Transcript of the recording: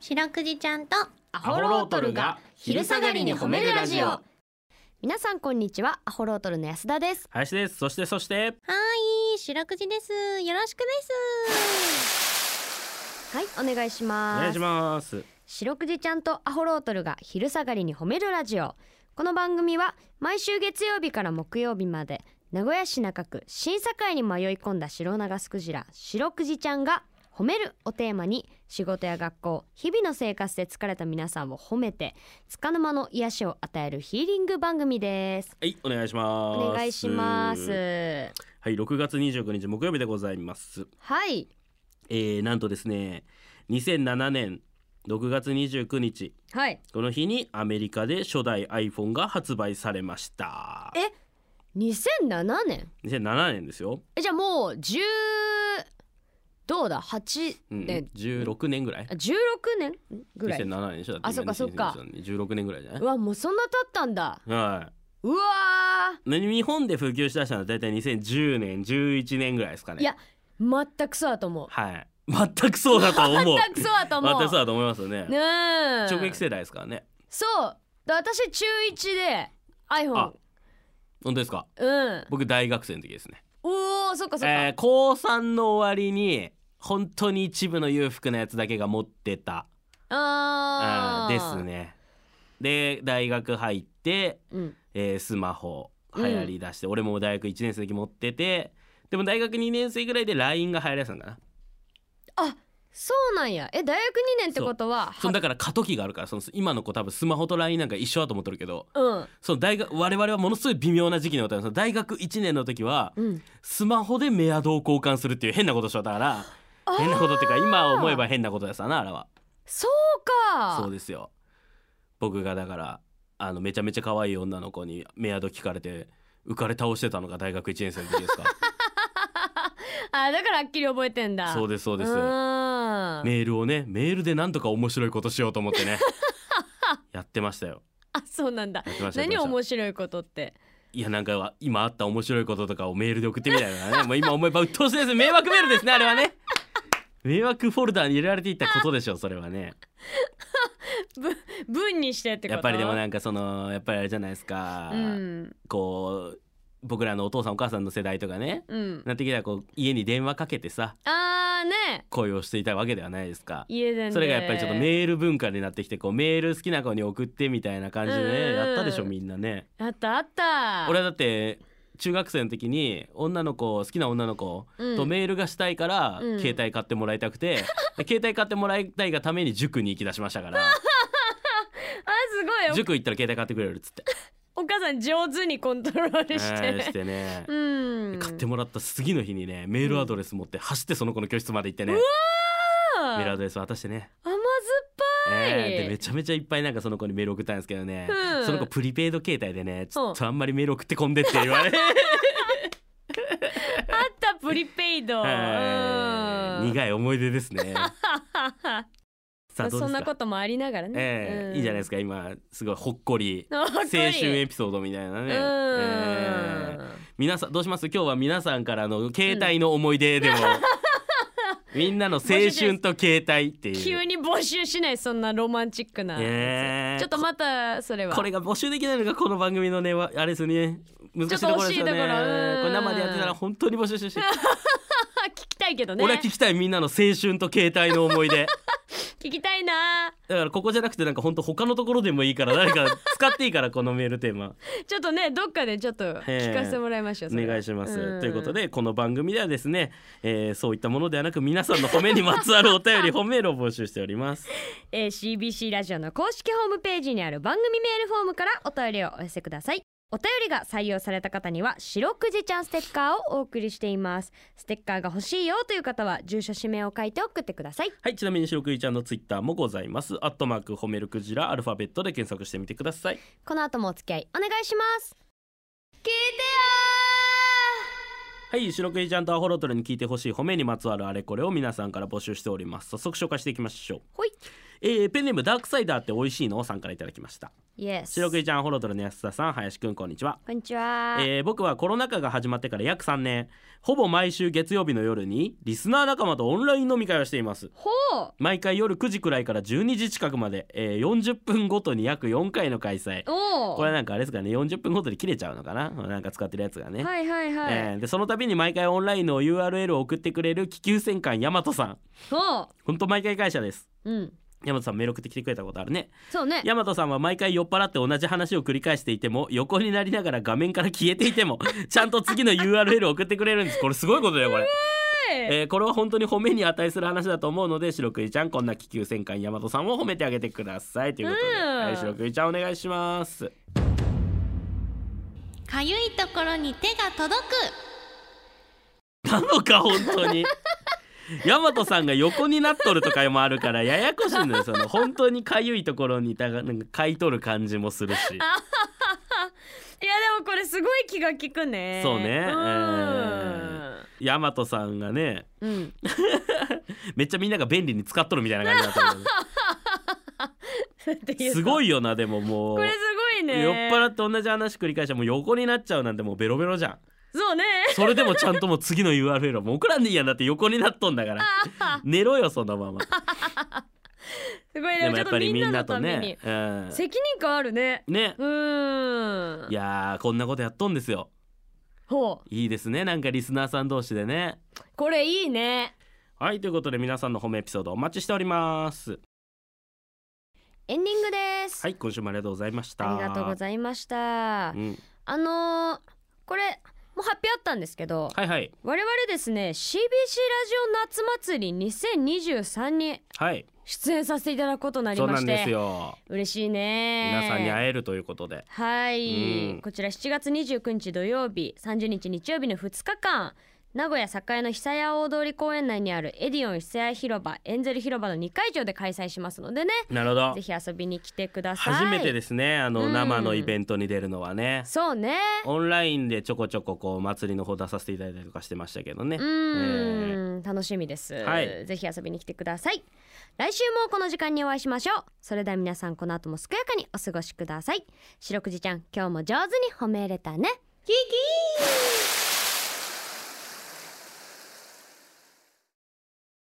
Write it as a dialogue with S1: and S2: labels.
S1: 白くじちゃんとア
S2: ホロートルが昼下がりに褒めるラジオ
S3: 皆さんこんにちはアホロートルの安田です
S2: 林ですそしてそして
S1: はい白くじですよろしくです
S3: はいお願いし
S2: お
S3: ます
S2: 願いします
S3: 白くじちゃんとアホロートルが昼下がりに褒めるラジオこの番組は毎週月曜日から木曜日まで名古屋市中区審査会に迷い込んだ白長スクジラ白くじちゃんが褒めるをテーマに仕事や学校日々の生活で疲れた皆さんを褒めて束の間の癒しを与えるヒーリング番組です
S2: はいお願いします
S3: お願いします
S2: はい6月29日木曜日でございます
S3: はい
S2: えー、なんとですね2007年6月29日
S3: はい
S2: この日にアメリカで初代 iPhone が発売されました
S3: え2007年
S2: 2007年ですよ、
S3: えじゃあもう10どうだ8
S2: うん
S3: 年、
S2: 16年ぐらい
S3: あ16年ぐらい
S2: 2007年でしょだ
S3: あそっかそっか
S2: 16年ぐらいじゃないう
S3: わ もうそんな経ったんだ
S2: は
S3: うわ
S2: い、ね日本で普及しだしたのは大体2010年11年ぐらいですかね
S3: いやー全くそうだと 思う
S2: はい全くそうだと思う
S3: 全くそうだと思う
S2: 全くそうだと思いますよね
S3: ねえ
S2: 直撃世代ですからね
S3: そうだ私中1で iPhone
S2: あ本当ですか
S3: うん
S2: 僕大学生の時ですね、
S3: おおそっかそっか、
S2: えー高3の終わりに本当に一部の裕福なやつだけが持ってた
S3: あ
S2: うん
S3: ー
S2: ですねで大学入って、
S3: うん
S2: えースマホ流行りだして、俺も大学1年生の時持っててでも大学2年生ぐらいで LINE が流行りだしたんだな
S3: そうなんやえ大学2年ってことは
S2: そのだから過渡期があるからその今の子多分スマホと LINE なんか一緒だと思ってるけど
S3: は
S2: その大学我々はものすごい微妙な時期のことなんですよ大学1年の時は
S3: うんうん
S2: スマホでメアドを交換するっていう変なことしちゃったから
S3: あー
S2: 変なことっていうか今思えば変なことやさなあれは
S3: そうか
S2: そうですよ僕がだからあのめちゃめちゃ可愛い女の子にメアド聞かれて浮かれ倒してたのが大学1年生の時です か
S3: あだからはっきり覚えてんだ
S2: そう
S3: で
S2: ですそうです
S3: あ
S2: メールをねメールでなんとか面白いことしようと思って ねやってましたよ
S3: そうなんだ
S2: やってましたやって
S3: 何
S2: ました
S3: 面白いことって
S2: いやなんか今あった面白いこととかをメールで送ってみたいなねもう今思えば鬱陶しいです迷惑メールですねあれはね迷惑フォルダに入れられていったことでしょうそれはね
S3: 文にしてってこと
S2: やっぱりでもなんかそのやっぱりあれじゃないですか、
S3: うん
S2: こう僕らのお父さんお母さんの世代とかね
S3: うん
S2: なってきたらこう家に電話かけてさ
S3: あーね
S2: 恋をしていたわけではないですか
S3: 家でね
S2: それがやっぱりちょっとメール文化になってきてこうメール好きな子に送ってみたいな感じで
S3: うんうんう
S2: ね
S3: ん
S2: やったでしょみんなね
S3: あったあった
S2: 俺はだって中学生の時に女の子好きな女の子
S3: うん
S2: とメールがしたいから
S3: うん
S2: 携帯買ってもらいたく て、で携帯買ってもらいたいがために塾に行き出しましたから
S3: あすごい
S2: 塾行ったら携帯買ってくれるっ つって
S3: おお母さん上手にコントロールして、
S2: えーしてね、
S3: うん
S2: 買ってもらった次の日にねメールアドレス持って走ってその子の教室まで行ってね、
S3: あ
S2: メール
S3: 甘
S2: ア
S3: 酸っ
S2: ドレス渡してね、
S3: ぱい、
S2: えーでめちゃめちゃいっぱいなんかその子にメール送ったんですけどね、
S3: うん
S2: その子プリペイド携帯でねちょっとあんまりメール送ってこんでって言われ
S3: あったプリペイド、
S2: はい
S3: うん
S2: 苦い思い出ですねさあどうですか
S3: そんなこともありながらね、
S2: ええいいじゃないです
S3: か
S2: か今すごいほっこり
S3: ほっこ
S2: 青
S3: り
S2: 春エピソードみたいなね、ええ皆さんどうします今日は皆さんからの携帯の思い出でも、 みんなの青春と携帯ってい
S3: 急
S2: う
S3: に募集しないそんなロマンチックなやつ、
S2: ねえ
S3: ちょっとまたそれは
S2: こ れが募集できないのがこの番組のねわあれですね難しいところですよね
S3: ちょっと惜しいところうん
S2: これ生でやってたら本当に募集してほしい、
S3: あ聞きたいけどね
S2: 俺は聞きたいみんなの青春と携帯の思い出
S3: 聞きたいな
S2: だからここじゃなくてなんか本当他のところでもいいから誰か使っていいからこのメールテーマ
S3: ちょっとねどっかでちょっと聞かせてもらいましょう、
S2: お願いします、
S3: それは
S2: ということ、でこの番組ではですね、えーそういったものではなく皆さんの褒めにまつわるお便り褒めるを募集しております
S3: んえー CBC ラジオの公式ホームページにある番組メールフォームからお便りをお寄せくださいお便りが採用された方には白くじちゃんステッカーをお送りしていますステッカーが欲しいよという方は住所氏名を書いて送ってください
S2: はいちなみに白くいちゃんのツイッターもございますアットマーク褒めるクジラアルファベットで検索してみてください
S3: この後もお付き合いお願いします聞いてよ
S2: はい白くいちゃんとアホロトルに聞いてほしい褒めにまつわるあれこれを皆さんから募集しております早速紹介していきましょう
S3: ほい
S2: えーペンネームダークサイダーって美味しいのさんからいただきました
S3: イエス
S2: 白くじちゃんホロドルの安田さん林くんこんにちは
S3: こんにちは、
S2: えー僕はコロナ禍が始まってから約3年ほぼ毎週月曜日の夜にリスナー仲間とオンライン飲み会をしています
S3: ほう
S2: 毎回夜9時くらいから12時近くまで、えー40分ごとに約4回の開催
S3: おお
S2: これなんかあれですかね40分ごとに切れちゃうのかななんか使ってるやつがね、
S3: はいはいはい、
S2: えーでその度に毎回オンラインの URL を送ってくれる気球戦艦ヤマトさん
S3: ほ
S2: ほんと毎回感謝です
S3: ううん
S2: ヤマトさんメール送ってきてくれたことあるね
S3: そうね
S2: ヤマトさんは毎回酔っ払って同じ話を繰り返していても横になりながら画面から消えていて もちゃんと次の URL を送ってくれるんですこれすごいことだよこれ、えーこれは本当に褒めに値する話だと思うので白くいちゃんこんな気球戦艦ヤマトさんを褒めてあげてくださいということで、
S3: うん
S2: はい、白くいちゃんお願いします
S1: かゆいところに手が届く
S2: なのか本当に ヤマトさんが横になっとるとかもあるからややこしいんだよその本当にかゆいところにいたがなんか買い取る感じもするし
S3: いやでもこれすごい気が利くね
S2: そうね
S3: うん、
S2: ヤマトさんがね
S3: うん、
S2: めっちゃみんなが便利に使っとるみたいな感じだっ たけどすご
S3: い
S2: いよなでももう
S3: これすごいね
S2: 酔っ払って同じ話繰り返してもう横になっちゃうなんてもうベロベロじゃん
S3: そうね
S2: それでもちゃんともう次の URL をもう送らんでいいやんだって横になっとんだから 寝ろよそのまま
S3: すごいね
S2: でもやっぱりみんな
S3: ち
S2: と
S3: ょっとみんなのために
S2: ねうん
S3: 責任感あるね
S2: ね
S3: うーん
S2: いやーこんなことやっとんですよ
S3: ほう
S2: いいですねなんかリスナーさん同士でね
S3: これいいね
S2: はいということで皆さんの褒めエピソードお待ちしております
S3: エンディングです、
S2: はい今週もありがとうございました
S3: ありがとうご
S2: い
S3: ざいました、
S2: うん、
S3: あのー、これもう発表あったんですけど、
S2: はいはい
S3: 我々ですね CBC ラジオ夏祭り2023に
S2: はい
S3: 出演させていただくことになり
S2: そう
S3: ま
S2: な
S3: し
S2: ん
S3: て
S2: ですよ
S3: 嬉しいね
S2: 皆さんに会えるということで
S3: はい、
S2: うん
S3: こちら7月29日土曜日30日日曜日の2日間名古屋栄の久屋大通公園内にあるエディオン久屋広場エンゼル広場の2会場で開催しますのでね
S2: なるほど
S3: ぜひ遊びに来てください
S2: 初めてですねあの、
S3: うん
S2: 生のイベントに出るのはね
S3: そうね
S2: オンラインでちょこちょここう祭りの方出させていただいたりとかしてましたけどね、
S3: うーん、楽しみです、
S2: はい
S3: ぜひ遊びに来てください来週もこの時間にお会いしましょうそれでは皆さんこの後も健やかにお過ごしください白くじちゃん今日も上手に褒めれたねキキー